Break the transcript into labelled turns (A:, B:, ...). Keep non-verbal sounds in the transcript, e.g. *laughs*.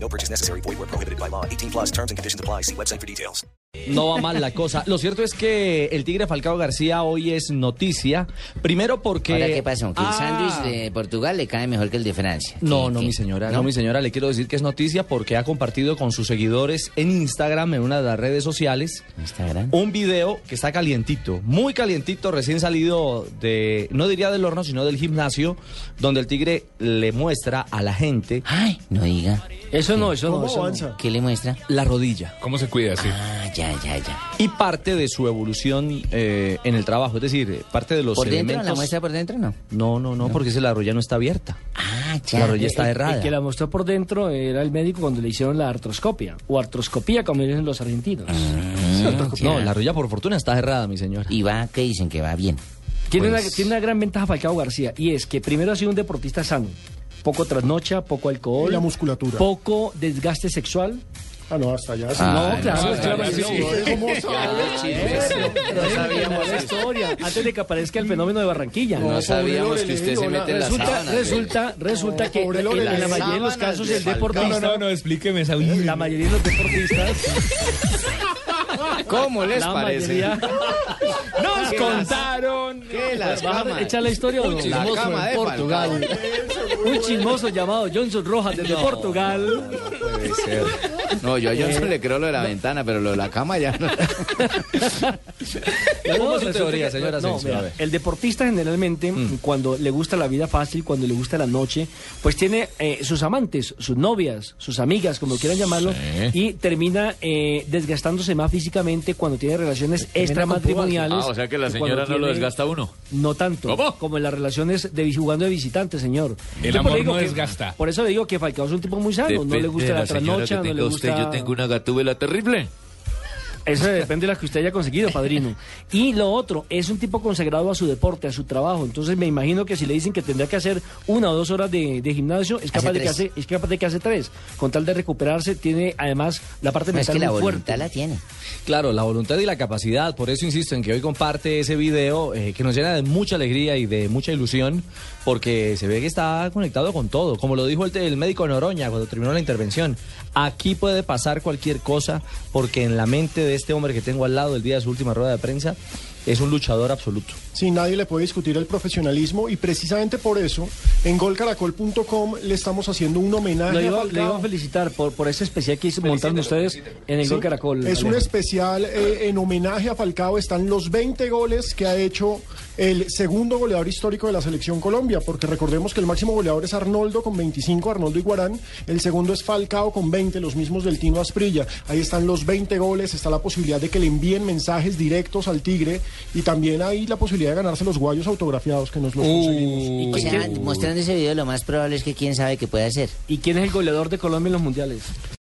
A: No purchase necessary. Void where prohibited by law. 18 plus terms and conditions apply. See website for details.
B: No va mal la cosa. Lo cierto es que el Tigre Falcao García hoy es noticia. Primero porque.
C: Ahora, ¿qué pasó? Que el
B: Ah,
C: sándwich de Portugal le cae mejor que el de Francia.
B: No,
C: ¿Qué,
B: no,
C: qué?
B: mi señora. No, mi señora, le quiero decir que es noticia porque ha compartido con sus seguidores en Instagram, en una de las redes sociales,
C: Instagram.
B: un video que está calientito, muy calientito, recién salido de, no diría del horno, sino del gimnasio, donde el Tigre le muestra a la gente
C: Ay, no diga.
D: Eso no, eso no. Eso no.
C: ¿Qué le muestra?
B: la rodilla.
E: ¿Cómo se cuida así?
C: Ah, ya, ya, ya.
B: y parte de su evolución eh, en el trabajo, es decir, eh, parte de los
C: ¿Por dentro?
B: elementos.
C: ¿La muestra por dentro? No.
B: No, no, no, porque esa la rodilla no está abierta.
C: Ah, ya.
B: La rodilla está
C: Eh,
B: de errada.
D: El que la mostró por dentro era el médico cuando le hicieron la artroscopia, o artroscopía como dicen los argentinos.
C: mm, ya.
B: No, la rodilla por fortuna está cerrada, mi señora.
C: Y va, ¿qué dicen? Que va bien.
D: Tiene,
B: Pues-
D: una, tiene una gran ventaja Falcao García, y es que primero ha sido un deportista sano, poco trasnocha, poco alcohol,
F: Y la musculatura.
D: poco desgaste sexual.
F: Ah, no, hasta allá. sí.
C: Ah,
D: no, claro,
E: no,
D: claro,
E: ya,
D: sí.
E: sí.
F: Usted cómo sabe.
D: No sabíamos la historia, antes de que aparezca el fenómeno de Barranquilla.
F: No,
G: sabíamos
F: pobre
G: que usted se
F: Lorelei,
G: mete en la
D: Resulta,
G: sábana.
D: resulta, resulta que
F: Pobre
D: en
F: Lorena,
D: la
F: las
D: mayoría de los
F: sábanas
D: casos
F: de
D: el
F: Falcao.
D: deportista...
E: explíqueme esa
D: La mayoría de los deportistas.
G: ¿Cómo les
D: la
G: parece?
D: mayoría.
E: Nos contaron.
G: ¿Qué las
D: Vamos a
G: camas?
D: echar la historia de
G: Un
D: don
G: chismoso
D: Falcao.
G: en Portugal.
D: Un chismoso llamado Johnson Rojas desde Portugal. Eh,
G: No, yo a Johnson le creo lo de la ventana, pero lo de la cama ya
D: *laughs*
G: no.
B: ¿Cómo es su
D: resulta
B: teoría,
D: que-
B: señora
D: no,
B: Asensio?
D: mira,
B: A ver. Mm.
D: El deportista generalmente, cuando le gusta la vida fácil, cuando le gusta la noche, pues tiene eh, sus amantes, sus novias, sus amigas, como quieran llamarlo, y termina eh, desgastándose más físicamente cuando tiene relaciones extramatrimoniales.
G: Ah, o sea que la
D: Pues, y cuando
G: señora no lo
D: tiene-
G: desgasta uno.
D: No tanto.
G: ¿Cómo?
D: Como en las relaciones de jugando de visitante, señor.
E: El
D: Yo por
E: amor
D: eso digo
E: no
D: que-
E: desgasta.
D: Por eso le digo que Falcao es un tipo muy sano. no le gusta la, trasnocha, no le gusta...
G: una gatúbela terrible.
D: Eso depende de las que usted haya
C: *laughs*
D: conseguido, padrino. Y lo otro, es un tipo consagrado a su deporte, a su trabajo. Entonces me imagino que si le dicen que tendrá que hacer una o dos horas de, de gimnasio, es capaz,
C: Hace
D: de que
C: tres.
D: hace, es capaz de que hace tres. Con tal de recuperarse, tiene además la parte
C: No, es
D: mental
C: que la
D: muy
C: voluntad
D: fuerte.
C: la tiene.
B: Claro, la voluntad y la capacidad. Por eso insisto en que hoy comparte ese video eh, que nos llena de mucha alegría y de mucha ilusión, porque se ve que está conectado con todo. Como lo dijo el, te- el médico Noroña cuando terminó la intervención, aquí puede pasar cualquier cosa, porque en la mente de este hombre que tengo al lado el día de su última rueda de prensa es un luchador absoluto.
F: Sí, nadie le puede discutir el profesionalismo y precisamente por eso en golcaracol.com le estamos haciendo un homenaje
D: Lo
F: a
D: iba,
F: Falcao.
D: lo iba a felicitar por, por ese especial que hizo- montaron ustedes en el
F: Sí,
D: Gol Caracol.
F: Es un
D: Alejo.
F: especial eh, en homenaje a Falcao. Están los 20 goles que ha hecho el segundo goleador histórico de la selección Colombia, porque recordemos que el máximo goleador es Arnoldo con 25, Arnoldo Iguarán. El segundo es Falcao con 20, los mismos del Tino Asprilla. Ahí están los 20 goles, está la posibilidad de que le envíen mensajes directos al Tigre y también hay la posibilidad de ganarse los guayos autografiados que nos los conseguimos.
C: O sea, mostrando ese video, lo más probable es que quién sabe qué puede hacer.
D: ¿Y quién es el goleador de Colombia en los mundiales?